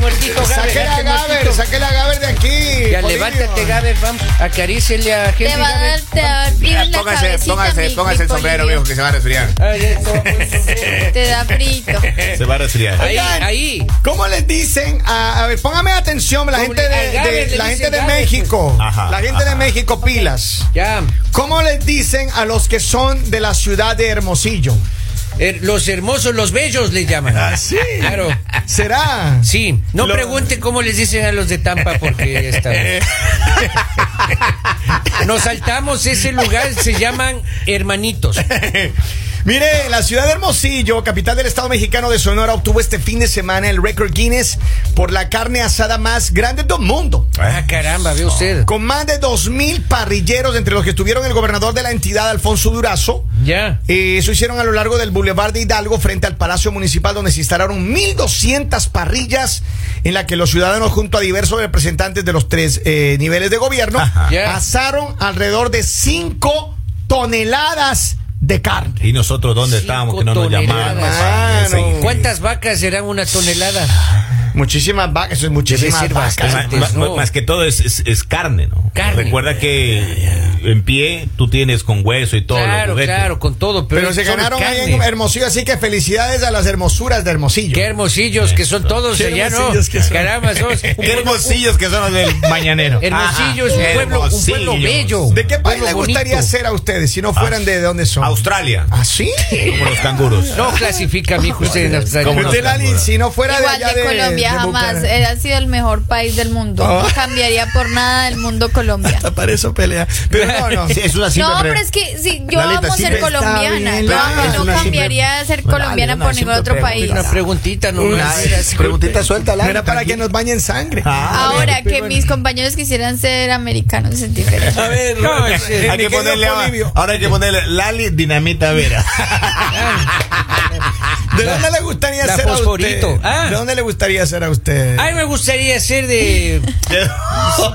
muertito, Gaber. Saqué eh, la hazte Gaber, muertito. saqué la Gaber de aquí. Ya Polibio. levántate, Gaber, vamos. Acaríciale a gente. Te va a dar, te va a dar frío en la Póngase, cabecita, póngase, mi- póngase mi el sombrero, Polibio. mijo, que se va a resfriar. Ay, esto, Ah, pues, Te da frito. Se va a resfriar. Ahí, Oigan. ahí. ¿Cómo les dicen? A, a ver, póngame atención, la Como gente le- de, al Gaber de- le la gente dicen de Gaber, pues. México. Ajá, La gente de ajá. México, pilas. Ya. ¿Cómo les dicen a los que son de la ciudad de Hermosillo? Eh, los hermosos, los bellos les llaman. Ah, sí. Claro. ¿Será? Sí. No Lo- pregunten cómo les dicen a los de Tampa porque está. Nos saltamos ese lugar, se llaman hermanitos. Mire, la ciudad de Hermosillo, capital del estado mexicano de Sonora, obtuvo este fin de semana el récord Guinness por la carne asada más grande del mundo. Ah, caramba, ve usted. Con más de 2.000 parrilleros, entre los que estuvieron el gobernador de la entidad, Alfonso Durazo. Ya. Eh, eso hicieron a lo largo del Boulevard de Hidalgo frente al Palacio Municipal donde se instalaron 1.200 parrillas en la que los ciudadanos junto a diversos representantes de los tres eh, niveles de gobierno Ajá. Ya. asaron alrededor de 5 toneladas de carne. ¿Y nosotros dónde Cinco estábamos que no nos toneladas. llamaron? Mano. ¿Cuántas vacas serán una tonelada? Muchísimas vacas, eso es muchísimas ser vacas. bastante. Ma- Antes, ma- no. Más que todo es, es- es carne, ¿no? Carne. Recuerda que en pie tú tienes con hueso y todo. los claro, juguetes. claro, con todo. Pero, Pero se son ganaron ahí en carne. Hermosillo, así que felicidades a las hermosuras de Hermosillo. Qué hermosillos que son todos Qué allá, ¿no? hermosillos que son. Caramba, sos un Qué pueblo- hermosillos que son los del Eh, mañanero. Hermosillo es un Ajá, pueblo- un pueblo hermosillos. bello. ¿De qué país Pueblo les gustaría bonito. ser a ustedes si no fueran de dónde son? Australia. ¿Ah, sí? Como los canguros. No clasifica, mijo, usted en Australia. Como Usted, los Lali, canguros. si no fuera Igual de allá que de- Colombia de jamás Bucaramanga. eh, ha sido el mejor país del mundo. Oh. Ah. No cambiaría por nada del mundo Colombia. Hasta para eso pelea. Pero no, no. Sí, es una simple No, pre- pero es que sí, yo Lalita, amo ser siempre está colombiana. bien, No, Lali, es no una cambiaría de ser Lali, colombiana una por ningún simple otro país. pregunta. Una preguntita nomás. Preguntita suelta, Lali, Era para que tranquila. nos bañen sangre. Ah, Ahora que mis compañeros quisieran ser americanos es diferente. A ver, No, es- Hay que ponerle ahora, Polibio. ahora hay que ponerle Lali Dinamita Vera. ¿De dónde le gustaría la ser a usted? fosforito. Ah. ¿De dónde le gustaría ser a usted? Ay, me gustaría ser de.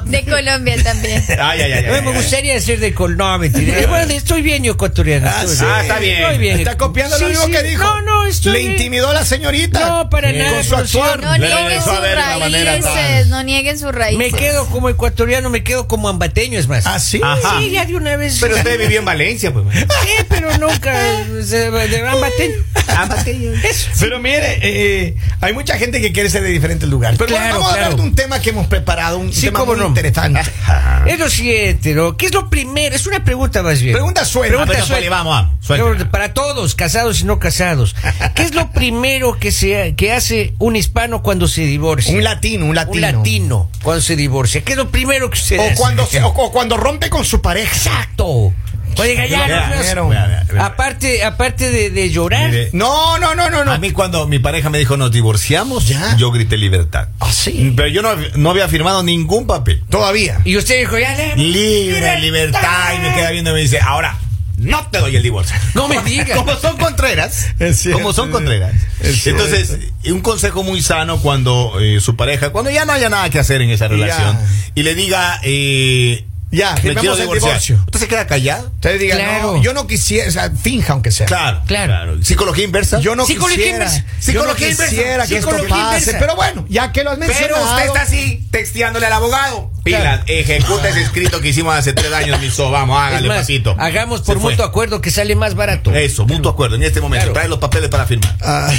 De Colombia también. Ay, ay, ay, Ay, me ay, ay. gustaría ser de Col. No, mentira. Eh, Bueno, estoy bien yo ecuatoriano. Ah, estoy sí. Ah, está bien. Estoy bien. Está copiando lo Sí, mismo sí. que dijo. No, no, estoy Le bien. intimidó a la señorita. No, para Con nada. su actuar. No Le nieguen regresó sus a ver la manera tal. raíces, no nieguen sus raíces. Me quedo como ecuatoriano, me quedo como ambateño, es más. Así. Ajá. Sí, ya de una vez. Pero usted vivió en Valencia, pues. man. Eh, pero nunca. eh, se- De ambateño. Ambateño. Eso. Pero mire, eh, hay mucha gente que quiere ser de diferentes lugares. Pero bueno, Claro, vamos a claro. hablar de un tema que hemos preparado, un Sí, tema cómo muy no. Ah, interesante. Ah, Es lo siguiente, ¿no? ¿Qué es lo primero? Es una pregunta más bien. Pregunta suelta. Pregunta Ah, Pero, suelta. Poli, vamos, vamos, suelta. Pero Para todos, casados y no casados. ¿Qué es lo primero que, se, que hace un hispano cuando se divorcia? Un latino, un Un latino. latino cuando se divorcia. ¿Qué es lo primero que usted O hace? cuando, se- o- o cuando rompe con su pareja. Exacto. Oiga, ya, Vea, no, no, vea, no. vea, vea. Aparte, aparte de, de llorar. Mire, No, no, no, no, no. A mí cuando mi pareja me dijo nos divorciamos, Ya. yo grité libertad. Ah, sí. Pero yo no, no había firmado ningún papel. Todavía. Y usted dijo, ya le. Libre, libertad. Y me queda viendo y me dice, ahora, no te doy el divorcio. No me diga. Como son Contreras. Es cierto. como son Contreras. Es cierto. Entonces, un consejo muy sano cuando eh, su pareja, cuando ya no haya nada que hacer en esa relación, y le diga, eh, Ya, me firmemos quiero el divorciar. divorcio. Usted se queda callado. Ustedes digan, Claro. no, yo no quisiera, o sea, finja aunque sea. Claro, Claro. Psicología inversa. Yo no Psicología quisiera, inversa. yo no Psicología inversa. quisiera que esto Psicología pase. inversa. Pero bueno, ya que lo has mencionado. Pero usted está así texteándole al abogado. Pila, ejecuta ese escrito que hicimos hace tres años, mi so. Vamos, Es hágale, más, papito. hagamos Se por fue. mutuo acuerdo que sale más barato. Eso, mutuo acuerdo. En este momento, Claro. trae los papeles para firmar. Ah.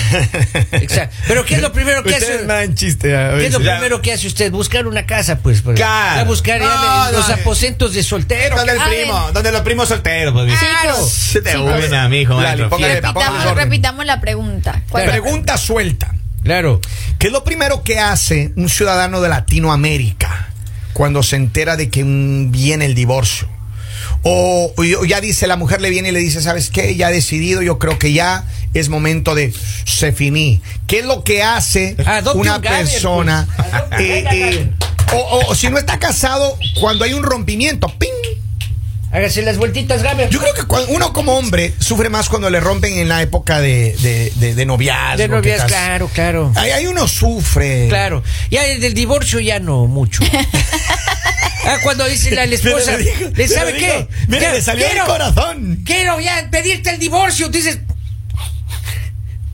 Exacto. Pero ¿qué es lo primero que Ustedes hace? me dan chiste a ¿Qué es lo veces. Ya. primero que hace usted? Buscar una casa, pues. pues. Claro. A buscar ya No, los no. aposentos de soltero. ¿Dónde el A primo? ver. ¿Dónde los primos solteros? Pues, dice. Chicos, Se te chicos, una, mijo, Lali, maestro. póngale Fiesta. tapón. repitamos, Orden. repitamos la pregunta. ¿Cuál es la Pregunta suelta. Claro. ¿Qué es lo primero que hace un ciudadano de Latinoamérica cuando se entera de que mm, viene el divorcio? O, o yo- ya dice, la mujer le viene y le dice, ¿sabes qué? Ya he decidido, yo creo que ya es momento de se finí. ¿Qué es lo que hace Adopte una un Gaber, persona? pues. Adopte eh, un Gaber. eh, o, o- o si no está casado, cuando hay un rompimiento, ¡ping! Hágase las vueltitas, Gaber. Yo creo que cuan- uno como hombre sufre más cuando le rompen en la época de, de, de- de noviazgo. De que Ah, novias, estás- claro, claro. Ahí, ahí uno sufre. Claro. Ya el del divorcio ya no mucho. Ah, cuando dice la, la esposa, ¿le sabe qué? Ya, quiero, corazón. quiero ya pedirte el divorcio. Dices,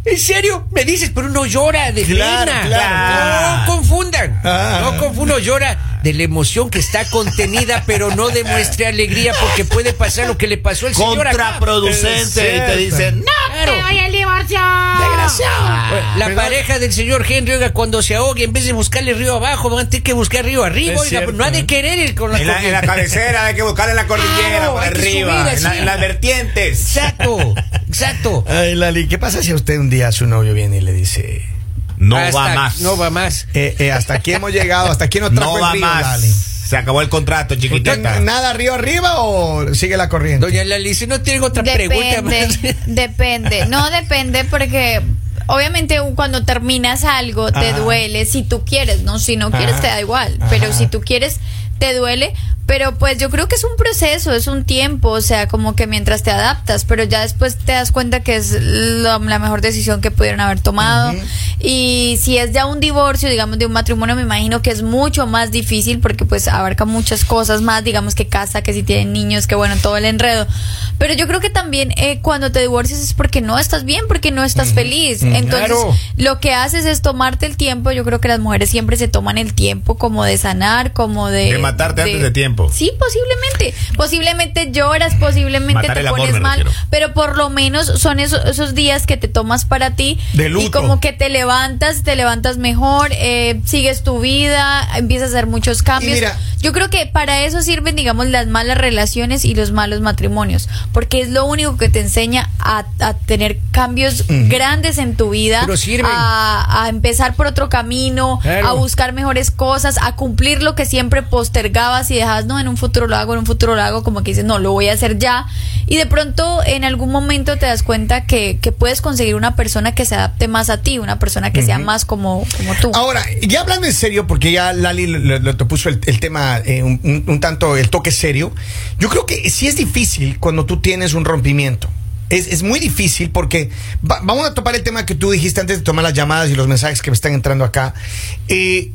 ¿En serio? Me dices, pero uno llora de Claro, pena. claro. No confundan. Ah. No confundo, llora de la emoción que está contenida, pero no demuestre alegría porque puede pasar lo que le pasó al señor acá. Contraproducente. Y te dicen, no. Claro. ¡Te voy a divorciar! Ah, La ¿Verdad? pareja del señor Henry, oiga, cuando se ahogue, en vez de buscarle río abajo, van a tener que buscar río arriba, Es oiga, pues, cierto, no ha ¿eh? de querer ir con la, En la, en la corriente. cabecera hay que buscar en la cordillera, Claro, por hay que arriba, subir en, la- así. en las vertientes. Exacto, exacto. Ay, Lali, ¿qué pasa si a usted un día su novio viene y le dice, No Hasta- va más. No va más. eh, eh, hasta aquí hemos llegado, hasta aquí nos trajo No el va río, más. Lali? Se acabó el contrato, ¿Usted chiquitita. nada río arriba o sigue la corriente? Doña Lali, si no tengo otra pregunta más. Depende, depende. No depende porque obviamente u- cuando terminas algo te Ajá. duele si tú quieres, ¿no? Si no quieres Ajá. te da igual, pero Ajá. si tú quieres te duele. Pero pues yo creo que es un proceso, es un tiempo, o sea, como que mientras te adaptas, pero ya después te das cuenta que es lo- la mejor decisión que pudieron haber tomado. Y si es ya un divorcio, digamos, de un matrimonio, me imagino que es mucho más difícil porque pues abarca muchas cosas más, digamos que casa, que si tienen niños, que bueno, todo el enredo. Pero yo creo que también eh, cuando te divorcias es porque no estás bien, porque no estás feliz. Entonces, claro. lo que haces es tomarte el tiempo. Yo creo que las mujeres siempre se toman el tiempo como de sanar, como de... De matarte antes de tiempo. Sí, posiblemente. Posiblemente lloras, posiblemente Matar te el amor, pones me mal, refiero. pero por lo menos son esos, esos días que te tomas para ti De y luto. como que te levantas, te levantas mejor, eh, sigues tu vida, empiezas a hacer muchos cambios. mira- Yo creo que para eso sirven, digamos, las malas relaciones y los malos matrimonios, porque es lo único que te enseña a, a tener cambios grandes en tu vida, Pero sirven. a, a empezar por otro camino, Claro. a buscar mejores cosas, a cumplir lo que siempre postergabas y dejabas, no, en un futuro lo hago, en un futuro lo hago, como que dices, no, lo voy a hacer ya. Y de pronto en algún momento te das cuenta que, que puedes conseguir una persona que se adapte más a ti, una persona que sea más como, como tú. Ahora, ya hablando en serio, porque ya Lali lo, lo- lo- te puso el, el tema eh, un, un- un tanto, el toque serio, yo creo que sí es difícil cuando tú tienes un rompimiento. Es, es muy difícil porque va- vamos a topar el tema que tú dijiste antes de tomar las llamadas y los mensajes que me están entrando acá. Eh,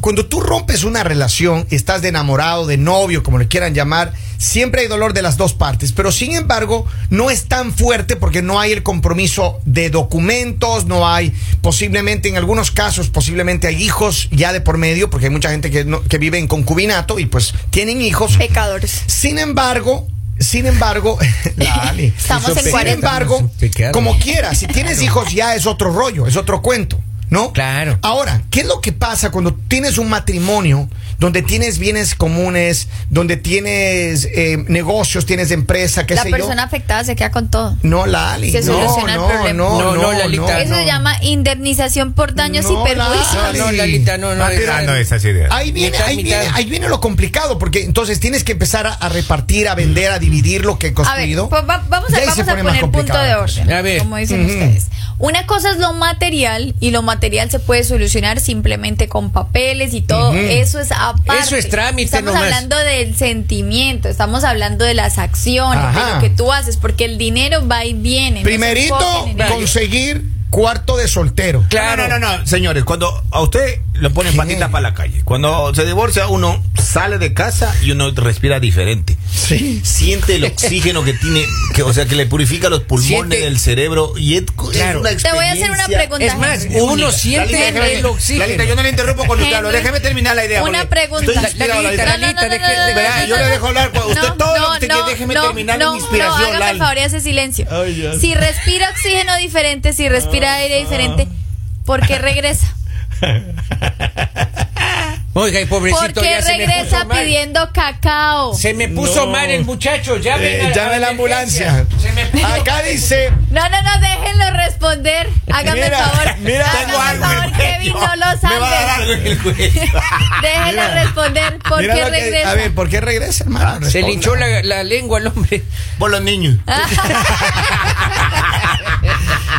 cuando tú rompes una relación, estás de enamorado, de novio, como le quieran llamar, siempre hay dolor de las dos partes, pero sin embargo no es tan fuerte porque no hay el compromiso de documentos, no hay posiblemente en algunos casos, posiblemente hay hijos ya de por medio, porque hay mucha gente que, no- que vive en concubinato y pues tienen hijos. Pecadores. Sin embargo, sin embargo, Lali. Estamos en sin cuarentena. embargo, Estamos en pecado. como quiera, si tienes hijos ya es otro rollo, es otro cuento, ¿no? Claro. Ahora, ¿qué es lo que pasa cuando tienes un matrimonio donde tienes bienes comunes, donde tienes eh, negocios, tienes empresa, qué La sé persona afectada se queda con todo. yo? No, Lali. Se no, soluciona el no, problema. No, no, No, no, Lalita, no. Eso se llama indemnización por daños No, y perjuicios. No, no, Lalita, no, no. Va es- tirando Ah, esas ideas. Ahí viene, Mitad, ahí, mitad. Viene, ahí viene lo complicado, porque entonces tienes que empezar a, a repartir, a vender, a dividir lo que he A ver, construido. pues va- vamos Y a, ahí se vamos a pone más poner punto complicado de la cosa. orden, A ver. como dicen ustedes. Una cosa es lo material y lo material se puede solucionar simplemente con papeles y todo. Eso es aparte. Eso es trámite Estamos nomás. hablando del sentimiento, estamos hablando de las acciones, Ajá. de lo que tú haces, porque el dinero va y viene. no se Primerito, enfoquen en ello. conseguir cuarto de soltero. Claro. No, no, no, no, señores, cuando a usted lo ponen ¿Qué? patitas para la calle, cuando se divorcia uno sale de casa y uno respira diferente. Sí. Siente el oxígeno que tiene, que, o sea, que le purifica los pulmones Siente- del cerebro y es, es Claro. una Te voy a hacer una experiencia- pregunta. Es más, Henry. uno Lalita, déjame- siente el Lalita, oxígeno. yo no le interrumpo cuando usted habla. Henry. Déjeme terminar la idea. Una ah, porque pregunta. Estoy inspirado, Lalita, Lalita. Lalita. de que- de verdad, yo le dejo hablar, pues, usted todo lo que usted quiere, déjeme terminar mi inspiración, No, hágame Lali. el favor y hace silencio. si respira oxígeno diferente, si Ah, respira aire diferente, ¿por qué regresa? Oiga, y ¿Por pobrecito, qué ya se me puso regresa mal. pidiendo cacao? Se me puso No. mal el muchacho, llamen Eh, a, llame a la emergencia. ambulancia. Se me puso Acá dice. No, no, no, déjenlo responder. Hágame el Mira, favor. mira, Tengo hágame el algo en el favor, Kevin, cuello. no lo Me va a dar algo salves. en el cuello. Déjenlo Mira. responder. ¿Por Mira qué lo que- regresa? a ver, ¿por qué regresa, hermano? Ah, Se Responda. le hinchó la, la lengua al hombre. Por los niños.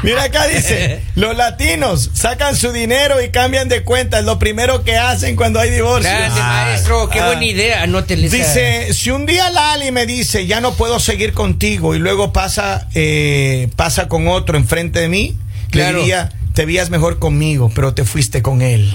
Mira acá dice, los latinos sacan su dinero y cambian de cuenta, es lo primero que hacen cuando hay divorcio. Grande, Ah. maestro, qué Ah. buena idea. Anótenle esa- Dice, si un día Lali me dice, ya no puedo seguir contigo, y luego pasa, eh, pasa con otro enfrente de mí, Claro. le diría, te vías mejor conmigo, pero te fuiste con él.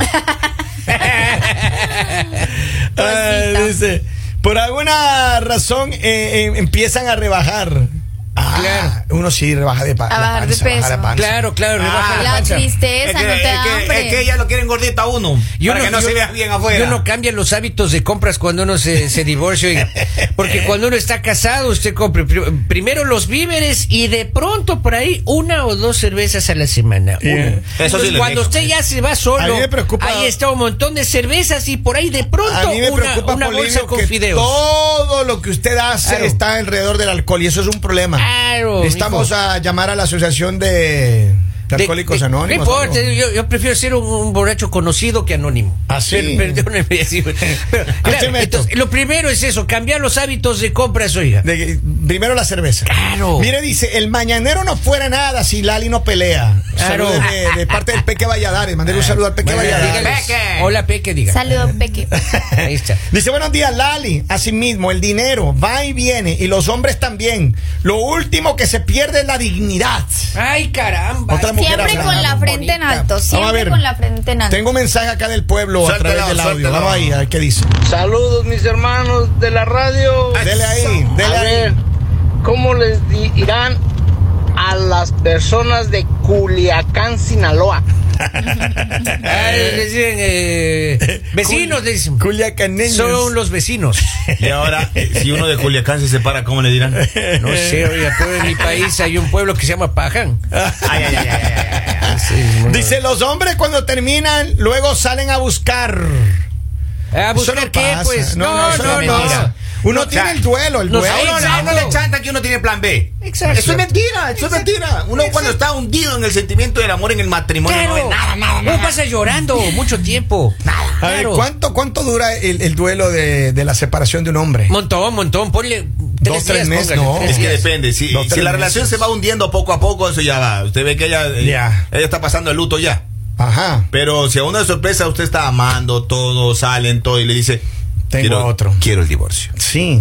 Ah, Cosita. dice, por alguna razón eh, eh, empiezan a rebajar. Claro. Uno sí rebaja de, pa- A la bajar de panza, baja peso. la panza. Claro, claro, Ah, rebaja la La panza. tristeza no te da es que, hambre. es que ya lo quieren gordita a uno. Y para uno- que no yo- se vea bien y afuera. uno cambia los hábitos de compras cuando uno se, se divorcia. oiga. Porque cuando uno está casado, usted compra pri- primero los víveres y de pronto por ahí una o dos cervezas a la semana. Yeah. Una. Eso sí Entonces, le cuando dejo. usted ya se va A solo, mí me preocupa- ahí está un montón de cervezas y por ahí de A pronto mí me una, preocupa, una Polibio, bolsa con que fideos. Todo lo que usted hace Claro. está alrededor del alcohol y eso es un problema. Claro, Estamos mijo. a llamar a la asociación de, de De- alcohólicos de- anónimos. No importa, algo. yo, yo prefiero ser un, un borracho conocido que anónimo. Ah, sí. Per- Perdóneme. sí, pero- pero, claro, Escúcheme esto. entonces, lo primero es eso, cambiar los hábitos de compras, oiga. De- primero la cerveza. Claro. Mire, dice, el mañanero no fuera nada si Lali no pelea. Claro. Ah, Saludos De, de parte del Peque Valladares. Mandele un saludo al Peque Bueno, dígale, Valladares. Hola, Peque, diga. Saludos, Peque. Ahí está. Dice, buenos días, Lali. Asimismo, el dinero va y viene y los hombres también. Lo último que se pierde es la dignidad. Ay, caramba. Otra mujer Siempre hablando, con la frente en bonita. alto. Vamos a Siempre ver. con la frente en alto. Tengo un mensaje acá del pueblo Suéltalo, a través del audio. suéltalo. Vamos ahí, a ver qué dice. Saludos mis hermanos de la radio. Dele ahí, dele a ahí. ver, ¿cómo les di- dirán a las personas de Culiacán, Sinaloa? Ay, le dicen, eh, vecinos, le dicen. Culiacaneños. Son los vecinos. Y ahora, eh, si uno de Culiacán se separa, ¿cómo le dirán? No sé, oiga, pero en mi país hay un pueblo que se llama Paján. Ah, Ay, ay, ay, ay, ay, ay, ay. Sí, bueno. Dice, los hombres cuando terminan, luego salen a buscar. ¿A Eso buscar no qué, pasa. pues? No, no, eso no pasa. Uno No, tiene o sea, el duelo, el no duelo. A uno, Exacto. a uno le chanta que uno tiene plan B. Exacto. Eso es mentira, eso es mentira. Uno cuando está hundido en el sentimiento del amor en el matrimonio no ve Claro. nada, nada, Uno nada. pasa llorando mucho tiempo. Nada. A ver, ¿cuánto, ¿cuánto dura el, el duelo de, de la separación de un hombre? Montón, montón. Ponle tres Dos, tres días, meses, póngale, no. tres Es que días. depende, si, Dos, si tres la relación se meses. va hundiendo poco a poco, eso ya va. Usted ve que ella, eh, Ya. ella está pasando el luto ya. Ajá. Pero si a uno de sorpresa usted está amando todo, salen todo y le dice, Tengo quiero, otro. Quiero el divorcio. Sí.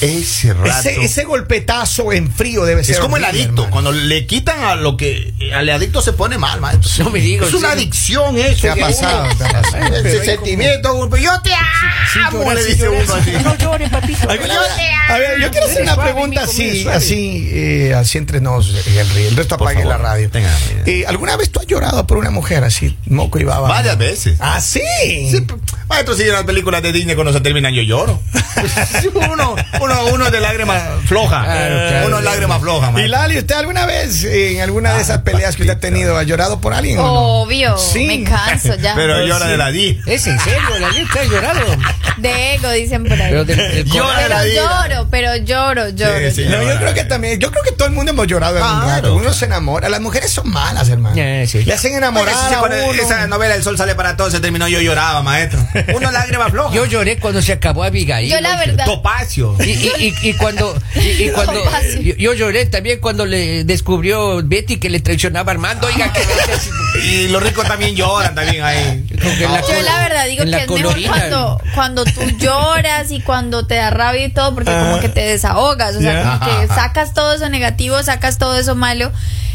Ese rato. Ese, ese golpetazo en frío debe ser. es como el horrible, adicto, hermano. cuando le quitan a lo que al adicto se pone mal, maestro. No me digas, Es una ¿en serio? adicción eso. Te ha que uno- pasado, te ha pasado. Ese sentimiento, uno, yo te amo, llora, le sí dice llora, uno sí. así. No llores, papito. Alguna vez- a ver, yo quiero hacer una Suave, pregunta mijo, mire, así, suave. así, eh, así entre nos, Henry. El resto Por apague la favor, radio. tenga la vida. Eh, ¿Alguna vez tú has llorado por una mujer así, moco y baba? Varias veces. ¿Ah, sí? Sí, p- maestro, si las películas de Disney cuando se terminan yo lloro. uno, uno, uno es de lágrima floja. Claro, claro. uno es lágrima floja, Y maestro. Lali, ¿usted alguna vez eh, en alguna Ah, de esas peleas que usted ha tenido ha llorado por alguien? o no? Obvio. Sí. Me canso ya. Pero llora sí. de la Disney. Es en serio, la neta ha llorado. De ego, dicen por ahí. Pero Pero, del- del Llora corazón. de la vida. lloro, pero lloro, lloro. sí. No, yo llora. creo que también, yo creo que todo el mundo hemos llorado en algún Claro, rato. Uno claro. se enamora. Las mujeres son malas, hermano. Eh, sí. Le hacen enamorar Oye, sí, a cuando uno. Esa novela El Sol sale para todos, se terminó, yo lloraba, maestro. Uno lágrima floja. Yo lloré cuando se acabó Abigail. Yo la verdad. Topacio. Y, y, y, y cuando, y, y cuando Fácil. yo, yo lloré también cuando le descubrió Betty que le traicionaba a Armando, oiga que Ah. Y los ricos también lloran también ahí. Como que la Yo col- la verdad digo en que la es mejor colorina. cuando, cuando tú lloras y cuando te da rabia y todo, porque como que te desahogas, o sea, Ah. Ya. como que sacas todo eso negativo, sacas todo eso malo.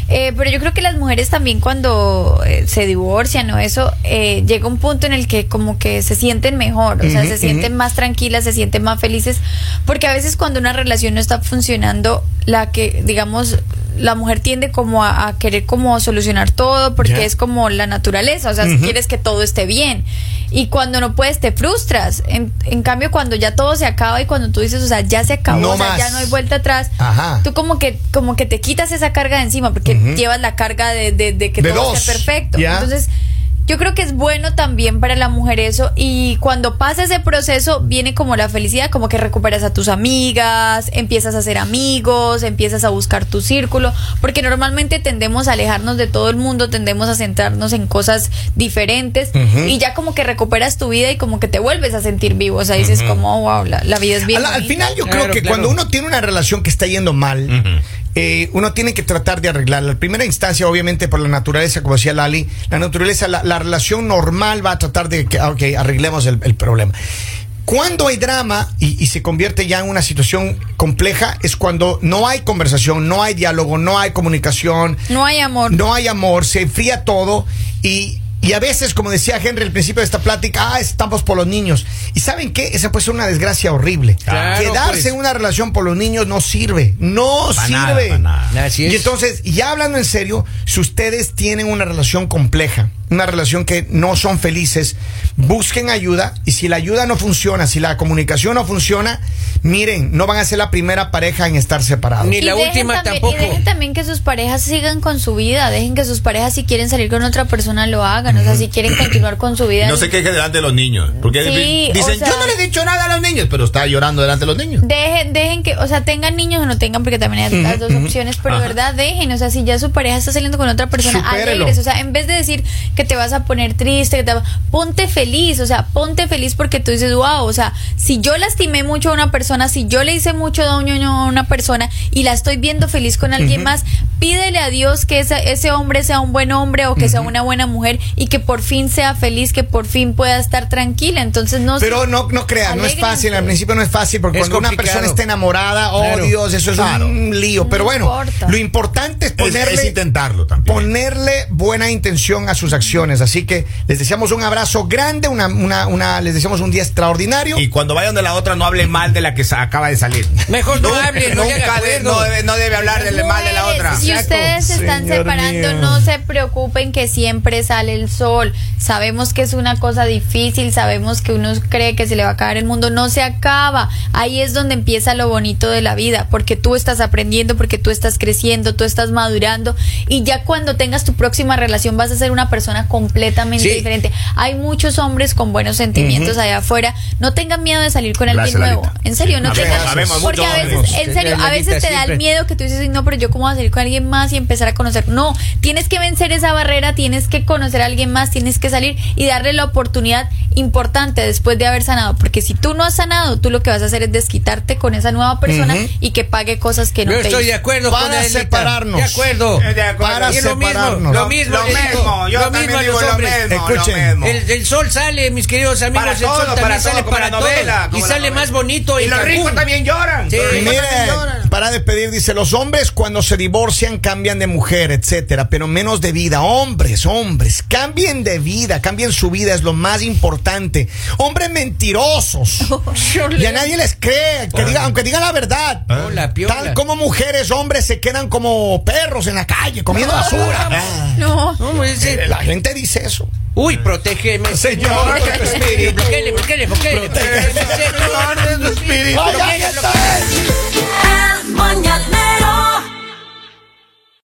Eh, pero yo creo que las mujeres también cuando eh, se divorcian o eso, eh, llega un punto en el que como que se sienten mejor, o sea, se sienten más tranquilas, se sienten más felices, porque a veces cuando una relación no está funcionando, la que, digamos, la mujer tiende como a, a querer como solucionar todo, porque Ya. es como la naturaleza, o sea, si quieres que todo esté bien. Y cuando no puedes, te frustras. En, en cambio, cuando ya todo se acaba y cuando tú dices, o sea, ya se acabó, No o sea, ya más. no hay vuelta atrás, Ajá. tú como que, como que te quitas esa carga de encima, porque llevas la carga de, de- de que De todo dos. esté perfecto. Ya. Entonces, yo creo que es bueno también para la mujer eso. Y cuando pasa ese proceso, viene como la felicidad, como que recuperas a tus amigas, empiezas a ser amigos, empiezas a buscar tu círculo. Porque normalmente tendemos a alejarnos de todo el mundo, tendemos a centrarnos en cosas diferentes. Y ya como que recuperas tu vida y como que te vuelves a sentir vivo. O sea, dices, como, "Oh, wow, la, la vida es bien. Al, al bonita". final yo creo Claro, que claro. cuando uno tiene una relación que está yendo mal, eh, uno tiene que tratar de arreglarla. En primera instancia, obviamente, por la naturaleza, como decía Lali, la naturaleza, la, la relación normal va a tratar de que ah, ok, arreglemos el, el problema. Cuando hay drama y, y se convierte ya en una situación compleja es cuando no hay conversación, no hay diálogo, no hay comunicación, No hay amor. no hay amor, se enfría todo y, Y a veces, como decía Henry al principio de esta plática, ah, estamos por los niños. ¿Y saben qué? Esa puede ser una desgracia horrible. Claro, Quedarse pues. en una relación por los niños no sirve. No Pa' nada, sirve. pa' nada. Así es. Y entonces, ya hablando en serio, si ustedes tienen una relación compleja, una relación que no son felices, busquen ayuda y si la ayuda no funciona, si la comunicación no funciona, miren, no van a ser la primera pareja en estar separados. Ni- Y la dejen última también- tampoco. Y dejen también que sus parejas sigan con su vida. Dejen que sus parejas, si quieren salir con otra persona, lo hagan. O sea, si quieren continuar con su vida. No se queje delante de los niños. Porque Sí, dicen, o sea- yo no le he dicho nada a los niños, pero está llorando delante de los niños. Dejen, dejen que, o sea, tengan niños o no tengan, porque también hay las dos opciones, pero Ajá. verdad, dejen, o sea, si ya su pareja está saliendo con otra persona, Supérelo. alegres, o sea, en vez de decir que te vas a poner triste, que te va- ponte feliz, o sea, ponte feliz porque tú dices, wow, o sea, si yo lastimé mucho a una persona, si yo le hice mucho daño a una persona y la estoy viendo feliz con alguien más, pídele a Dios que ese, ese hombre sea un buen hombre o que sea una buena mujer y que por fin sea feliz, que por fin pueda estar tranquila, entonces no Pero no, no crean, no es Alégrense. fácil, al principio no es fácil, porque Es cuando una complicado. persona está enamorada, oh Claro. Dios, eso es Claro. un lío. Pero No bueno, importa. lo importante es Es, ponerle... es intentarlo también. ponerle buena intención a sus acciones. Así que les deseamos un abrazo grande, una, una, una, les deseamos un día extraordinario. Y cuando vayan de la otra, no hable mal de la que sa- acaba de salir. Mejor no hable, no le haga nunca de- acuerdo. no debe, no debe hablar del mal de la Mujeres, otra. Si Exacto. ustedes se están Señor separando, mío. no se preocupen que siempre sale el sol. Sabemos que es una cosa difícil, sabemos que uno cree que se le va a acabar el mundo, no se acaba. Ahí es donde empieza lo bonito de la vida, porque tú estás aprendiendo, porque tú estás creciendo, tú estás madurando y ya cuando tengas tu próxima relación vas a ser una persona completamente Sí. diferente. Hay muchos hombres con buenos sentimientos allá afuera. No tengan miedo de salir con Gracias, alguien nuevo. Lalita. En serio, Sí, no sabemos, tengan sabemos porque mucho a de veces, eso. en serio, a Lalita, veces te da el siempre. miedo miedo que tú dices, "Ay, no, pero yo cómo voy a salir con alguien más y empezar a conocer. No, tienes que vencer esa barrera, tienes que conocer a alguien más, tienes que salir y darle la oportunidad importante después de haber sanado. Porque si tú no has sanado, tú lo que vas a hacer es desquitarte con esa nueva persona y que pague cosas que no Yo te estoy hizo. de acuerdo Para con Adelita. separarnos. De acuerdo. Eh, de acuerdo. Para Y es lo lo mismo, mismo, lo lo mismo, lo mismo, yo también digo lo mismo. Escuchen, lo mismo. El, el sol sale, mis queridos amigos, Para el todo, sol también para sale todo, como para la todo novela, y como la sale novela. más bonito y en los Cancún. ricos también lloran. Sí. Los ricos Miren, también lloran. para despedir, dice, los hombres cuando se divorcian cambian de mujer, etcétera, pero menos de vida. Hombres, hombres, cambien de vida, cambien su vida, es lo más importante. Hombres mentirosos. y a nadie les cree, que diga, aunque digan la verdad. Piola, piola. Tal como mujeres, hombres se quedan como perros en la calle, comiendo basura. Eh, No. No, pues, sí. La gente dice eso. Uy, protégeme. Señor, Protégeme, tu espíritu. Protégele, protégele, protégele. Protégeme, Señor, Señor, tu espíritu. protégele, Oigan, esto es- El mañanero